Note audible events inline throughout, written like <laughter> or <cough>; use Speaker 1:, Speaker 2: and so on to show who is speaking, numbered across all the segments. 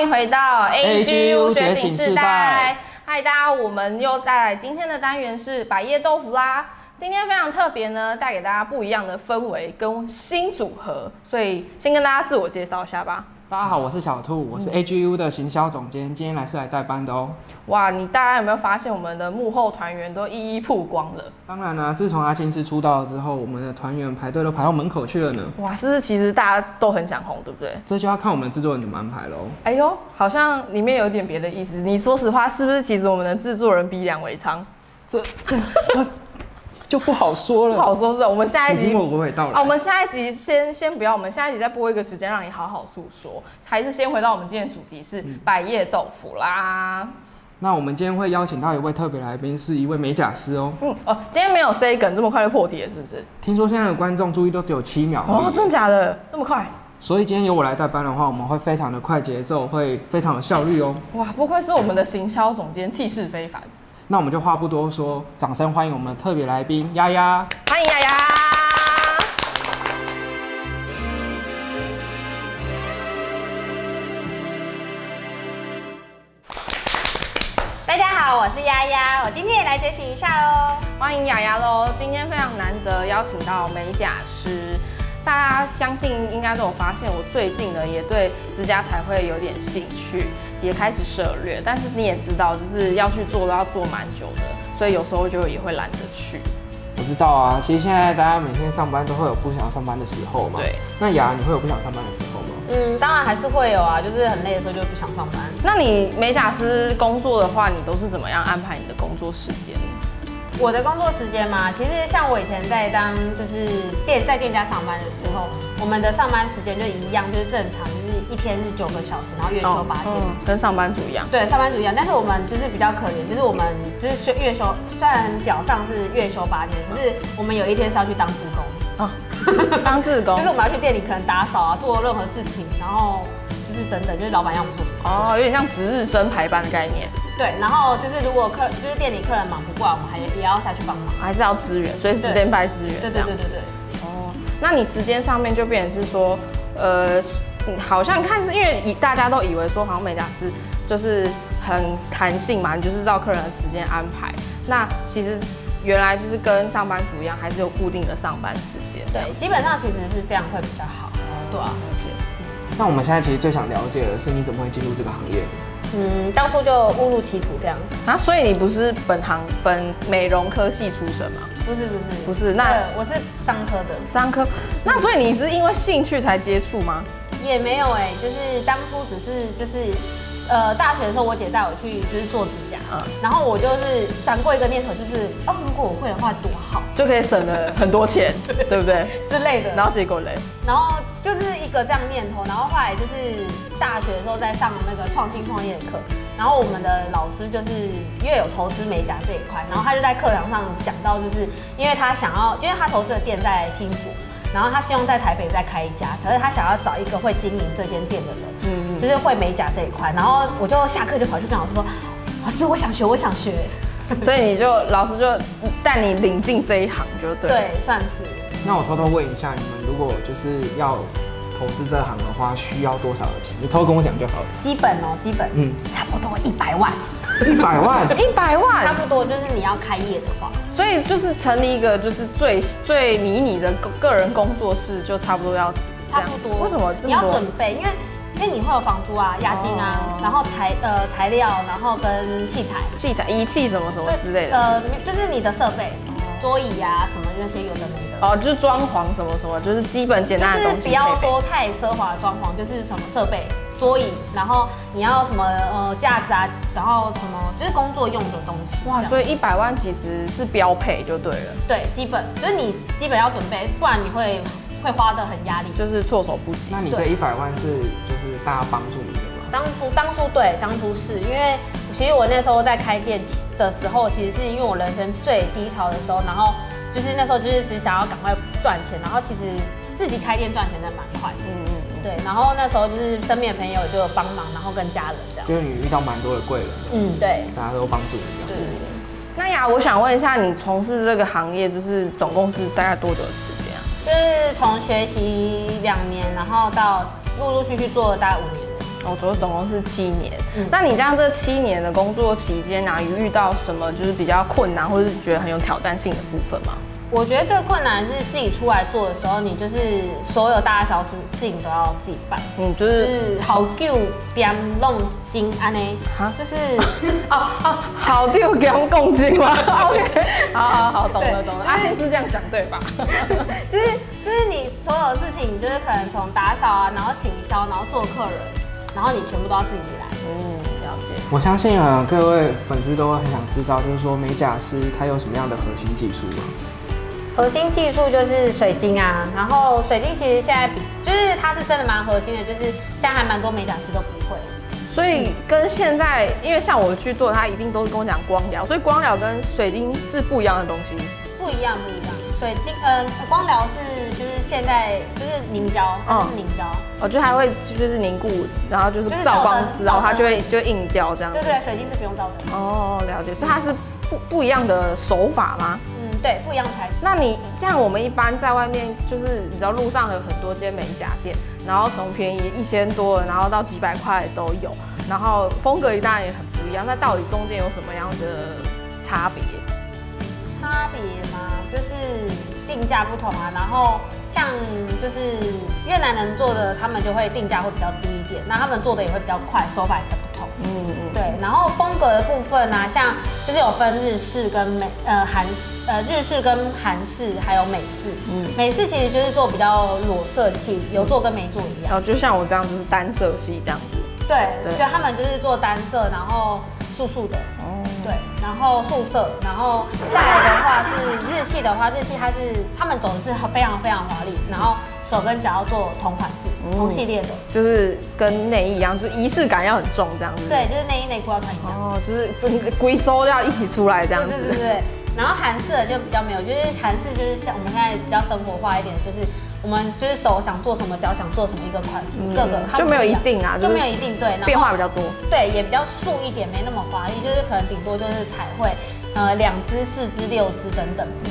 Speaker 1: 迎回到觉
Speaker 2: AGU 觉
Speaker 1: 醒
Speaker 2: 醒
Speaker 1: 世
Speaker 2: 世
Speaker 1: 代
Speaker 2: 代。
Speaker 1: 嗨，大家，我们又带来今天的单元是百叶豆腐啦。今天非常特别呢，带给大家不一样的氛围跟新组合，所以先跟大家自我介绍一下吧。
Speaker 2: 大家好，我是小兔，我是 AGU 的行销总监，今天来是来代班的哦。
Speaker 1: 哇，你大家有没有发现我们的幕后团员都一一曝光了？
Speaker 2: 当然啦、自从阿星师出道了之后，我们的团员排队都排到门口去了呢。
Speaker 1: 哇，是不是其实大家都很想红，对不对？
Speaker 2: 这就要看我们制作人怎么安排喽。
Speaker 1: 哎呦，好像里面有点别的意思。你说实话，是不是其实我们的制作人逼良为娼？
Speaker 2: 这这就不好说
Speaker 1: 不
Speaker 2: 了，
Speaker 1: 好说是，我们下一
Speaker 2: 你
Speaker 1: 集
Speaker 2: 莫娓娓道
Speaker 1: 啊，我
Speaker 2: 来。
Speaker 1: 们下一集先先不要，我们下一集再播一个时间让你好好诉说，还是先回到我们今天的主题是百叶豆腐啦。
Speaker 2: 那我们今天会邀请到一位特别来宾，是一位美甲师哦。
Speaker 1: 嗯，哦，今天没有 C 梗，这么快就破题了，是不是？
Speaker 2: 听说现在的观众注意都只有七秒而已
Speaker 1: 哦，真的假的？这么快？
Speaker 2: 所以今天由我来代班的话，我们会非常的快节奏，会非常有效率哦。
Speaker 1: 哇，不愧是我们的行销总监，气势非凡。
Speaker 2: 那我们就话不多说，掌声欢迎我们的特别来宾丫丫。
Speaker 1: 欢迎雅雅。
Speaker 3: 大家好，我是丫丫，我今天也来觉醒一下哦。
Speaker 1: 欢迎雅雅喽！今天非常难得邀请到美甲师，大家相信应该都有发现，我最近呢也对指甲彩绘有点兴趣，也开始涉略。但是你也知道，就是要去做都要做蛮久的，所以有时候就也会懒得去。
Speaker 2: 我知道啊，其实现在大家每天上班都会有不想上班的时候嘛。
Speaker 1: 对。
Speaker 2: 那雅，你会有不想上班的时候吗？
Speaker 3: 嗯，当然还是会有啊，就是很累的时候就不想上班。
Speaker 1: 那你美甲师工作的话，你都是怎么样安排你的工作时间？
Speaker 3: 我的工作时间嘛，其实像我以前在当就是店在店家上班的时候，我们的上班时间就一样，就是正常，就是一天是九个小时，然后月休八天。
Speaker 1: 嗯跟上班族一样。
Speaker 3: 对，上班族一样，但是我们就是比较可怜，就是我们就是休月休，虽然表上是月休八天，可是我们有一天是要去当职工。
Speaker 1: 啊，当志
Speaker 3: <laughs>
Speaker 1: 工
Speaker 3: 就是我们要去店里可能打扫啊，做任何事情，然后就是等等，就是老板要我们做什么。
Speaker 1: 哦，有点像值日生排班的概念，
Speaker 3: 对，然后就是如果客就是店里客人忙不过来，我们还也要下去帮忙。
Speaker 1: 还是要资源，所以 s t a
Speaker 3: 对
Speaker 1: n 资源
Speaker 3: 对
Speaker 1: 这
Speaker 3: 对
Speaker 1: 样
Speaker 3: 对。对对。
Speaker 1: 哦，那你时间上面就变成是说，呃，好像看是因为以大家都以为说好像美甲师就是很弹性嘛，你就是照客人的时间安排。那其实原来就是跟上班族一样，还是有固定的上班时间。啊
Speaker 3: 对，基本上其实是这样会比较好。对啊，
Speaker 2: 那我们现在其实最想了解的是，你怎么会进入这个行业？
Speaker 3: 嗯，当初就误入歧途这样。
Speaker 1: 啊，所以你不是本行本美容科系出身吗？
Speaker 3: 不是不是
Speaker 1: 不是那
Speaker 3: 对我是商科的，
Speaker 1: 商科，那所以你是因为兴趣才接触吗？
Speaker 3: 也没有哎、就是当初只是就是。呃，大学的时候，我姐带我去就是做指甲，
Speaker 1: 嗯
Speaker 3: 然后我就是闪过一个念头，就是哦，如果我会的话多好
Speaker 1: 就可以省了很多
Speaker 3: <laughs>
Speaker 1: 钱，对不对？
Speaker 3: 之类的。
Speaker 1: 然后结果嘞，
Speaker 3: 然后就是一个这样念头，然后后来就是大学的时候在上那个创新创业课，然后我们的老师就是因为有投资美甲这一块，然后他就在课堂上讲到，就是因为他想要，因为他投资的店在新竹，然后他希望在台北再开一家，可是他想要找一个会经营这间店的人，
Speaker 1: 嗯，
Speaker 3: 就是会美甲这一块，然后我就下课就跑去跟老师说，老师我想学，我想学，
Speaker 1: 所以你就老师就带你领进这一行，就对。
Speaker 3: 对，算是。
Speaker 2: 那我偷偷问一下，你们如果就是要投资这行的话，需要多少的钱？你偷偷跟我讲就好了。
Speaker 3: 基本哦，基本，
Speaker 2: 嗯，
Speaker 3: 差不多一百万，
Speaker 2: 一百万。
Speaker 1: 一百
Speaker 3: 差
Speaker 1: 万，
Speaker 3: 不多就是你要开业的话，
Speaker 1: 所以就是成立一个就是最最迷你的个个人工作室，就差不多要这
Speaker 3: 差
Speaker 1: 样
Speaker 3: 不多。
Speaker 1: 为什么这
Speaker 3: 你
Speaker 1: 么
Speaker 3: 要
Speaker 1: 多
Speaker 3: 准？备？因为因为你会有房租啊、押金啊，
Speaker 1: 哦
Speaker 3: 然后材呃材料，然后跟器材
Speaker 1: 器材、仪器什么什么哦之类的，
Speaker 3: 呃，就是你的设备、桌椅啊什么那些有的没的。
Speaker 1: 哦，就是装潢什么什么，就是基本简单的
Speaker 3: 就
Speaker 1: 东
Speaker 3: 是
Speaker 1: 西。
Speaker 3: 不要，说太奢华的装潢，就是什么设备、桌椅，然后你要什么呃架子啊，然后什么就是工作用的东西。
Speaker 1: 哇，
Speaker 3: 这样
Speaker 1: 所以一百万其实是标配就对了，
Speaker 3: 对，基本就是你基本要准备，不然你会会花的很压力。
Speaker 1: 就是措手不及。
Speaker 2: 那
Speaker 3: 嗯
Speaker 2: 你这一百万是就是大家帮助你的吗？
Speaker 3: 当初当初对，当初是因为其实我那时候在开店的时候，其实是因为我人生最低潮的时候，然后就是那时候就是只想要赶快赚钱，然后其实自己开店赚钱真的蛮快的，
Speaker 1: 嗯嗯，
Speaker 3: 对，然后那时候就是身边的朋友就有帮忙，然后跟家人这样，
Speaker 2: 就是你遇到蛮多的贵人的，
Speaker 3: 嗯，对，
Speaker 2: 大家都帮助你这
Speaker 3: 对
Speaker 2: 样。
Speaker 3: 对对。
Speaker 1: 那呀，我想问一下，你从事这个行业就是总共是大概多久的时间啊？
Speaker 3: 就是从学习两年，然后到陆陆续续做了大概五年了，
Speaker 1: 我哦总总共是七年。
Speaker 3: 嗯
Speaker 1: 那你这样这七年的工作期间呢、啊，有遇到什么就是比较困难，或者是觉得很有挑战性的部分吗？
Speaker 3: 我觉得最困难的是自己出来做的时候，你就是所有大大小小事情都要自己办，
Speaker 1: 嗯，就
Speaker 3: 就是是好丢点弄金安呢
Speaker 1: 哈，
Speaker 3: 就是 <laughs>
Speaker 1: 哦哦，好丢给我们共进吗？OK，好 <laughs> 好好，懂了
Speaker 3: 对
Speaker 1: 懂了，阿信是这样讲对 <laughs> 吧？
Speaker 3: <laughs> 就是就是你所有事情，你就是可能从打扫啊，然后行销，然后做客人，然后你全部都要自己来。
Speaker 1: 嗯，了解。
Speaker 2: 我相信啊，各位粉丝都会很想知道，就是说美甲师他有什么样的核心技术吗？
Speaker 3: 核心技术就是水晶啊，然后水晶其实现在比就是它是真的蛮核心的，就是现在还蛮多美甲师都不会。
Speaker 1: 所以跟现在，因为像我去做，他一定都是跟我讲光疗，所以光疗跟水晶是不一样的东西。
Speaker 3: 不一样，不一样。水晶，呃，光疗是就是现在就是凝胶，它就是凝胶。
Speaker 1: 哦，就还会就是凝固，然后就是
Speaker 3: 就是
Speaker 1: 照光
Speaker 3: 照，灯
Speaker 1: 然后它
Speaker 3: 照灯
Speaker 1: 就会就会硬掉这样子
Speaker 3: 对。对，水晶是不用照的。
Speaker 1: 哦，了解，所以它是不不一样的手法吗？
Speaker 3: 嗯，对，不一样材质。
Speaker 1: 那你像我们一般在外面，就是你知道路上有很多间美甲店，然后从便宜一千多的，然后到几百块都有，然后风格当然也很不一样。那到底中间有什么样的差别？
Speaker 3: 差别嘛，就是定价不同啊。然后像就是越南人做的，他们就会定价会比较低一点，那他们做的也会比较快，手法也比较不同。
Speaker 1: 嗯嗯，
Speaker 3: 对，然后风格的部分呢、啊，像就是有分日式跟美呃韩呃日式跟韩式，还有美式。
Speaker 1: 嗯
Speaker 3: 嗯，美式其实就是做比较裸色系，有做跟没做一
Speaker 1: 然。
Speaker 3: 样
Speaker 1: 后就像我这样，就是单色系这样子。
Speaker 3: 对，
Speaker 1: 对
Speaker 3: 对他们就是做单色，然后素素的，
Speaker 1: 哦，
Speaker 3: 对，然后素色，然后再来的话是日系的话，日系它是他们走的是非常非常华丽，然后手跟脚要做同款
Speaker 1: 嗯
Speaker 3: 式、同系列的，
Speaker 1: 就是跟内衣一样，就是仪式感要很重这样子。
Speaker 3: 对，，就是内衣内裤要穿一样，
Speaker 1: 哦，就是整个贵州要一起出来这样
Speaker 3: 对
Speaker 1: 子。
Speaker 3: 对对对。 <laughs> 然后韩式的就比较没有，就是韩式就是像我们现在比较生活化一点，就是我们就是手想做什么，脚想做什么一个款式，
Speaker 1: 嗯
Speaker 3: 各个它
Speaker 1: 就没有
Speaker 3: 不
Speaker 1: 一
Speaker 3: 样
Speaker 1: 定啊，
Speaker 3: 就没有
Speaker 1: 是
Speaker 3: 一定对，然后
Speaker 1: 变化比较多。
Speaker 3: 对，也比较素一点，没那么华丽，就是可能顶多就是彩绘，呃，两只、四只、六只等等。
Speaker 1: 嗯，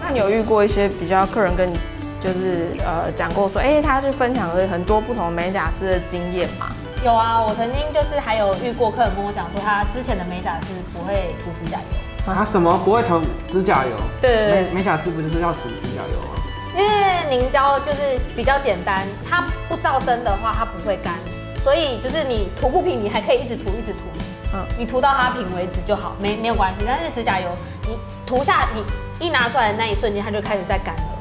Speaker 1: 那你有遇过一些比较客人跟你就是呃讲过说，哎、他是分享了很多不同美甲师的经验嘛？
Speaker 3: 有啊，我曾经就是还有遇过客人跟我讲说，他之前的美甲是不会涂指甲油，
Speaker 2: 啊，什么不会涂指甲油？
Speaker 3: 对对对
Speaker 2: 美美甲师不就是要涂指甲油啊吗？
Speaker 3: 因为凝胶就是比较简单，它不照灯的话它不会干，所以就是你涂不平，你还可以一直涂一直涂，
Speaker 1: 嗯
Speaker 3: 嗯，你涂到它平为止就好，没没有关系。但是指甲油你涂下你一拿出来的那一瞬间，它就开始在干了。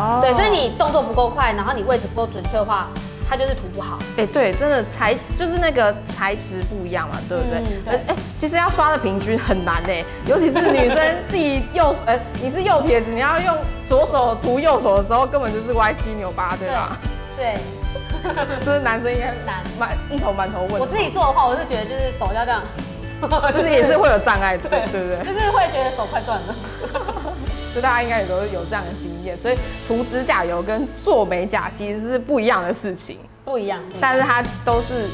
Speaker 1: 哦
Speaker 3: 对，所以你动作不够快，然后你位置不够准确的话，它就是涂不好。
Speaker 1: 哎、对，真的材就是那个材质不一样嘛，对不对？
Speaker 3: 嗯对
Speaker 1: 而哎、其实要刷的平均很难哎，尤其是女生自己右， <laughs> 哎、你是右撇子，你要用左手涂右手的时候，根本就是歪七扭八，对吧？
Speaker 3: 对，
Speaker 1: 就是男生应该
Speaker 3: 难
Speaker 1: 满一头馒头问，
Speaker 3: <laughs> 我自己做的话，我是觉得就是手要这样，
Speaker 1: <laughs> 就是也是
Speaker 3: <laughs>
Speaker 1: 会有障碍的，对不对？
Speaker 3: 就是会觉得手快断了。 <laughs>
Speaker 1: 就大家应该也都有这样的经验，所以涂指甲油跟做美甲其实是不一样的事情，
Speaker 3: 不一样，
Speaker 1: 但是它都是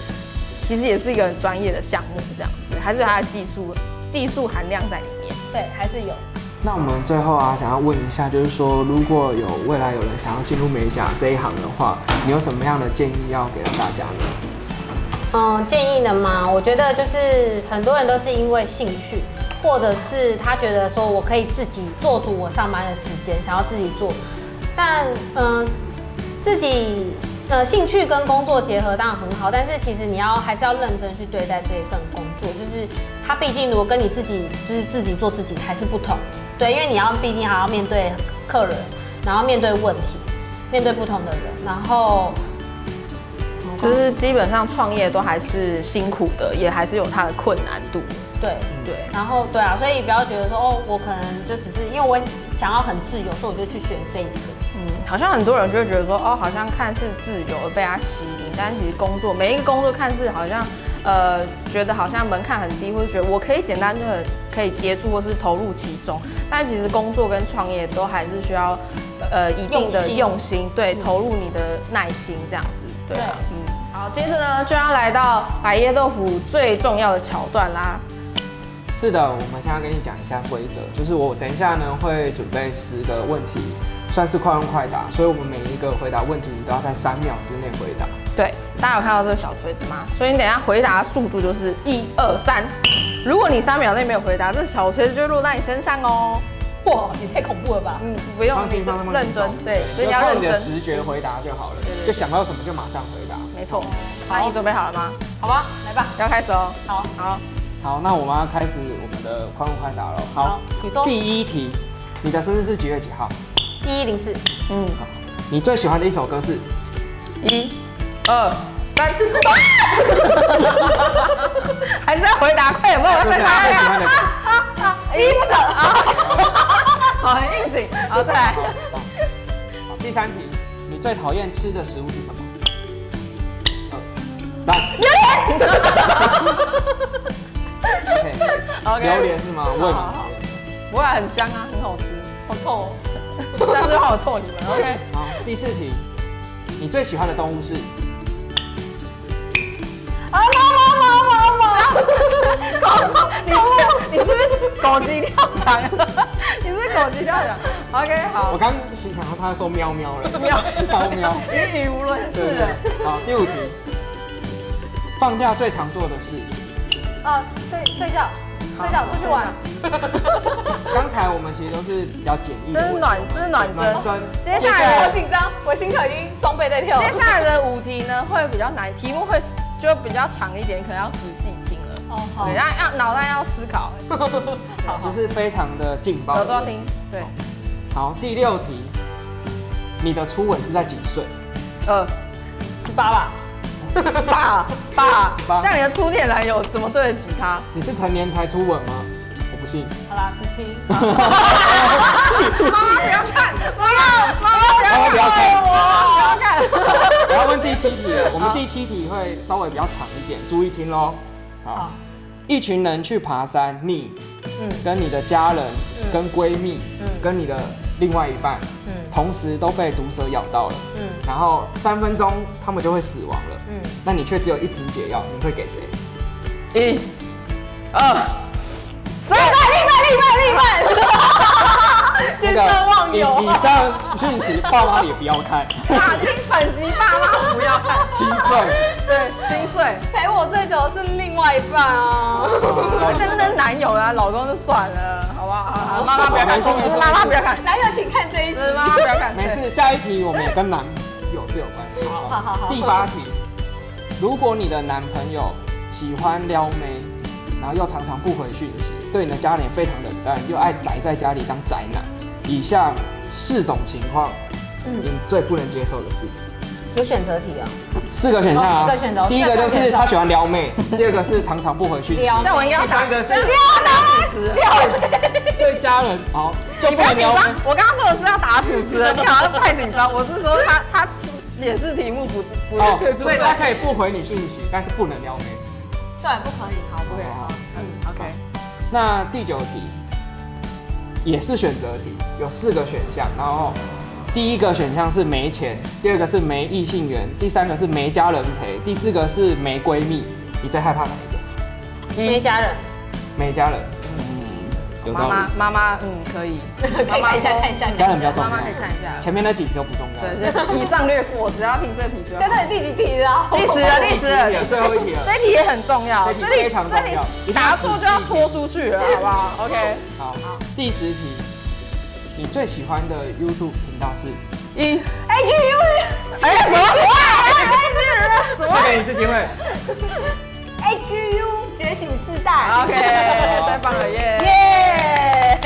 Speaker 1: 其实也是一个很专业的项目，这样子，还是有它的技术技术含量在里面。
Speaker 3: 对，还是有。
Speaker 2: 那我们最后啊，想要问一下，就是说，如果有未来有人想要进入美甲这一行的话，你有什么样的建议要给大家呢？
Speaker 3: 嗯，建议的嘛，我觉得就是很多人都是因为兴趣，或者是他觉得说我可以自己做主我上班的时间，想要自己做，但嗯，自己呃兴趣跟工作结合当然很好，但是其实你要还是要认真去对待这一份工作，就是它毕竟如果跟你自己就是自己做自己还是不同，对，因为你要毕竟还要面对客人，然后面对问题，面对不同的人，然后。嗯
Speaker 1: 就是基本上创业都还是辛苦的，也还是有它的困难度。
Speaker 3: 对，
Speaker 1: 对，
Speaker 3: 然后对啊，所以不要觉得说哦，我可能就只是因为我想要很自由，所以我就去选这一个。
Speaker 1: 嗯，好像很多人就会觉得说，哦，好像看似自由而被它吸引，但其实工作每一个工作看似好像，呃，觉得好像门槛很低，或者觉得我可以简单就很可以接触，或是投入其中。但其实工作跟创业都还是需要，呃，一定的
Speaker 3: 用心
Speaker 1: 用心，对，
Speaker 3: 嗯
Speaker 1: 投入你的耐心这样子，对啊，
Speaker 3: 对
Speaker 1: 嗯。好，接着呢就要来到百叶豆腐最重要的桥段啦。
Speaker 2: 是的，我们现在跟你讲一下规则，就是我等一下呢会准备十个问题，算是快问快答，所以我们每一个回答问题你都要在三秒之内回答。
Speaker 1: 对，大家有看到这个小锤子吗？所以你等一下回答的速度就是一二三。如果你三秒内没有回答，这小锤子就会落在你身上哦。
Speaker 3: 哇，也太恐怖了吧！
Speaker 1: 嗯，不用，
Speaker 2: 放
Speaker 1: 你
Speaker 2: 轻
Speaker 1: 就
Speaker 2: 松，放
Speaker 1: 认
Speaker 2: 轻
Speaker 1: 真
Speaker 2: 松，
Speaker 1: 对，所以
Speaker 2: 就
Speaker 1: 你要
Speaker 2: 靠
Speaker 1: 认
Speaker 2: 你的
Speaker 1: 真，
Speaker 2: 直觉回答就好了
Speaker 1: 对对，对
Speaker 2: 就想到什么就马上回答。
Speaker 1: 没错。那你准备好了吗？
Speaker 3: 好吧，来吧，
Speaker 1: 要开始哦。
Speaker 3: 好，
Speaker 1: 好，
Speaker 2: 好，那我们要开始我们的快问快答了。好
Speaker 3: 好，请说
Speaker 2: 第一题，你的生日是几月几号？
Speaker 3: 一一零四，
Speaker 1: 嗯，
Speaker 2: 你最喜欢的一首歌
Speaker 3: <laughs>
Speaker 2: 是？
Speaker 1: 一、二、三，还是要回答快点，不然我要再
Speaker 2: 最喜
Speaker 1: 猜
Speaker 2: 欢
Speaker 1: 了。
Speaker 2: 的歌。
Speaker 1: 一不准啊！好，很应景。好，再来。
Speaker 2: 好，第三题，你最讨厌吃的食物是什么？
Speaker 3: 呃
Speaker 2: 二
Speaker 3: <laughs>
Speaker 2: 三。
Speaker 1: OK。
Speaker 2: OK，榴莲是吗？我也蛮讨厌。
Speaker 1: 不会很香啊，很好吃。
Speaker 3: 好臭哦，
Speaker 1: 但是话我臭你们，OK？ <laughs>
Speaker 2: 好，第四题，你最喜欢的动物是？
Speaker 1: 啊猫猫猫猫猫！狗，你是你是不是狗急跳墙？ <laughs> 你是不是狗急跳墙？OK，
Speaker 2: 我
Speaker 1: 好。
Speaker 2: 刚想到他说喵喵
Speaker 3: <laughs>
Speaker 2: 了，
Speaker 1: 喵
Speaker 2: 喵喵，
Speaker 1: 你语无伦次
Speaker 2: 对不
Speaker 1: 了。
Speaker 2: 对？好，第五题，放假最常做的事。
Speaker 3: 啊，睡睡觉，睡觉，出去玩，
Speaker 2: <laughs> 刚才我们其实都是比较简易的
Speaker 1: 这是
Speaker 2: 问题，
Speaker 1: 暖，这是暖
Speaker 2: 暖
Speaker 1: 身。 <laughs> 接
Speaker 2: 身。
Speaker 1: 下来
Speaker 3: 我
Speaker 1: 的
Speaker 3: 紧张，我心跳已经双倍在跳了
Speaker 1: 接。下来的五题呢会比较难，题目会就比较长一点，可能要仔细听了。
Speaker 3: 哦，好
Speaker 1: 对，，要要脑袋要思考，
Speaker 3: 好好
Speaker 2: 就。是非常的劲爆。
Speaker 1: 耳朵要听。对，
Speaker 2: 好，第六题，你的初吻是在几岁？ <laughs>
Speaker 1: 呃，
Speaker 3: 十八吧，
Speaker 1: 爸爸
Speaker 2: 爸，
Speaker 1: 这样你的初恋男友怎么对得起他？
Speaker 2: 你是成年才初吻吗？我不
Speaker 1: <laughs>
Speaker 2: 信。 <laughs>
Speaker 3: 好啦，十七。
Speaker 1: 妈妈不要看，妈妈妈妈不要看，妈妈不要看。
Speaker 2: 我要问第七题了，我们第七题会稍微比较长一点，注意听喽。好
Speaker 3: 好，
Speaker 2: 一群人去爬山，你
Speaker 3: 嗯
Speaker 2: 跟你的家人、
Speaker 3: 嗯
Speaker 2: 跟闺蜜、
Speaker 3: 嗯
Speaker 2: 跟你的另外一半，
Speaker 3: 嗯
Speaker 2: 同时都被毒蛇咬到了，
Speaker 3: 嗯
Speaker 2: 然后三分钟他们就会死亡了。
Speaker 3: 嗯，
Speaker 2: 那你却只有一瓶解药，你会给谁？
Speaker 1: 一、二、三，立饭立
Speaker 3: 健身
Speaker 2: 那
Speaker 3: 忘
Speaker 2: 个以以
Speaker 3: 友。啊
Speaker 2: 上讯息爸妈也不要看，
Speaker 3: <laughs>
Speaker 1: 饭立饭，打进本集爸妈不要看，
Speaker 2: 七岁。
Speaker 1: 对，心碎。
Speaker 3: 陪我最久的是另外一半 <laughs> 啊。
Speaker 1: 我真的男友啦，老公就算了，好不好？好好妈妈不要看，妈妈不要看，
Speaker 3: 男友请看这一集。
Speaker 1: 对，妈妈不要看，
Speaker 2: 没
Speaker 1: 对。
Speaker 2: 事，下一题我们也跟男友是有关系。好
Speaker 3: 好好好
Speaker 2: 第八题，如果你的男朋友喜欢撩妹，然后又常常不回讯息，对你的家人也非常冷淡，又爱宅在家里当宅男，以下四种情况，你最不能接受的事。
Speaker 3: 有选择题啊。
Speaker 2: 四个选项啊
Speaker 3: 哦，四个选择
Speaker 2: 第一个就是他喜欢撩妹，第二个是常常不回讯息，
Speaker 3: 撩
Speaker 1: 这样我应该要打
Speaker 2: 第三个是
Speaker 1: 主持人。
Speaker 2: 对家人好就
Speaker 1: 你
Speaker 2: 不
Speaker 1: 不要
Speaker 2: 能
Speaker 1: 紧
Speaker 2: 撩妹。
Speaker 1: 张，我刚刚说的是要打主持人，你好像太紧张。我是说他他也是题目不不
Speaker 2: 哦
Speaker 1: 对，
Speaker 2: 所以他可以不回你讯息，但是不能撩妹。
Speaker 3: 对，不可以，好，不可以。
Speaker 2: 好
Speaker 3: 好
Speaker 1: 嗯，OK，
Speaker 2: 那第九题也是选择题，有四个选项，然后第一个选项是没钱，第二个是没异性缘，第三个是没家人陪，第四个是没闺蜜。你最害怕哪一个？
Speaker 3: 没家人，
Speaker 2: 没家人。嗯，有
Speaker 1: 妈
Speaker 2: 道
Speaker 1: 妈
Speaker 2: 理。
Speaker 1: 妈妈，嗯，可以，
Speaker 3: <laughs> 可以看一下，看一下，
Speaker 2: 家人比较重要
Speaker 1: 妈妈可以看一下。
Speaker 2: 前面那几题都不重要。
Speaker 1: 对，所以以上略过，只要听这题就好
Speaker 3: 现。在第几题了？
Speaker 1: 第十了，第十了，第十
Speaker 2: 最后一题了
Speaker 1: 这题也很重要，
Speaker 2: 这题非常重要
Speaker 1: 这题答错就要拖出去了，好不好？OK，
Speaker 2: 好，第十题，你最喜欢的 YouTube 频道是？
Speaker 1: 一，
Speaker 3: H U
Speaker 1: 哎，什么？哇，什么
Speaker 2: 再给你一次
Speaker 1: <laughs>
Speaker 2: 机会。
Speaker 3: H U 觉醒世代。
Speaker 1: ？OK，太棒了耶！
Speaker 3: 耶！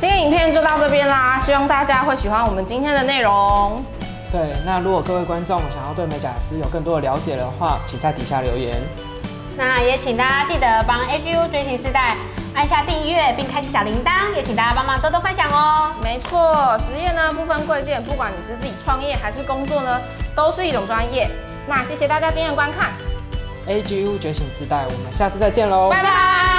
Speaker 1: 今天影片就到这边啦，希望大家会喜欢我们今天的内容。
Speaker 2: 对，那如果各位观众想要对美甲师有更多的了解的话，请在底下留言。
Speaker 3: <laughs> 那也请大家记得帮 H U 觉醒世代按下订阅，并开启小铃铛，也请大家帮忙多多分享哦。
Speaker 1: 没错，职业呢不分贵贱，不管你是自己创业还是工作呢，都是一种专业。那谢谢大家今天的观看，
Speaker 2: AGU 觉醒时代，我们下次再见喽，
Speaker 1: 拜拜。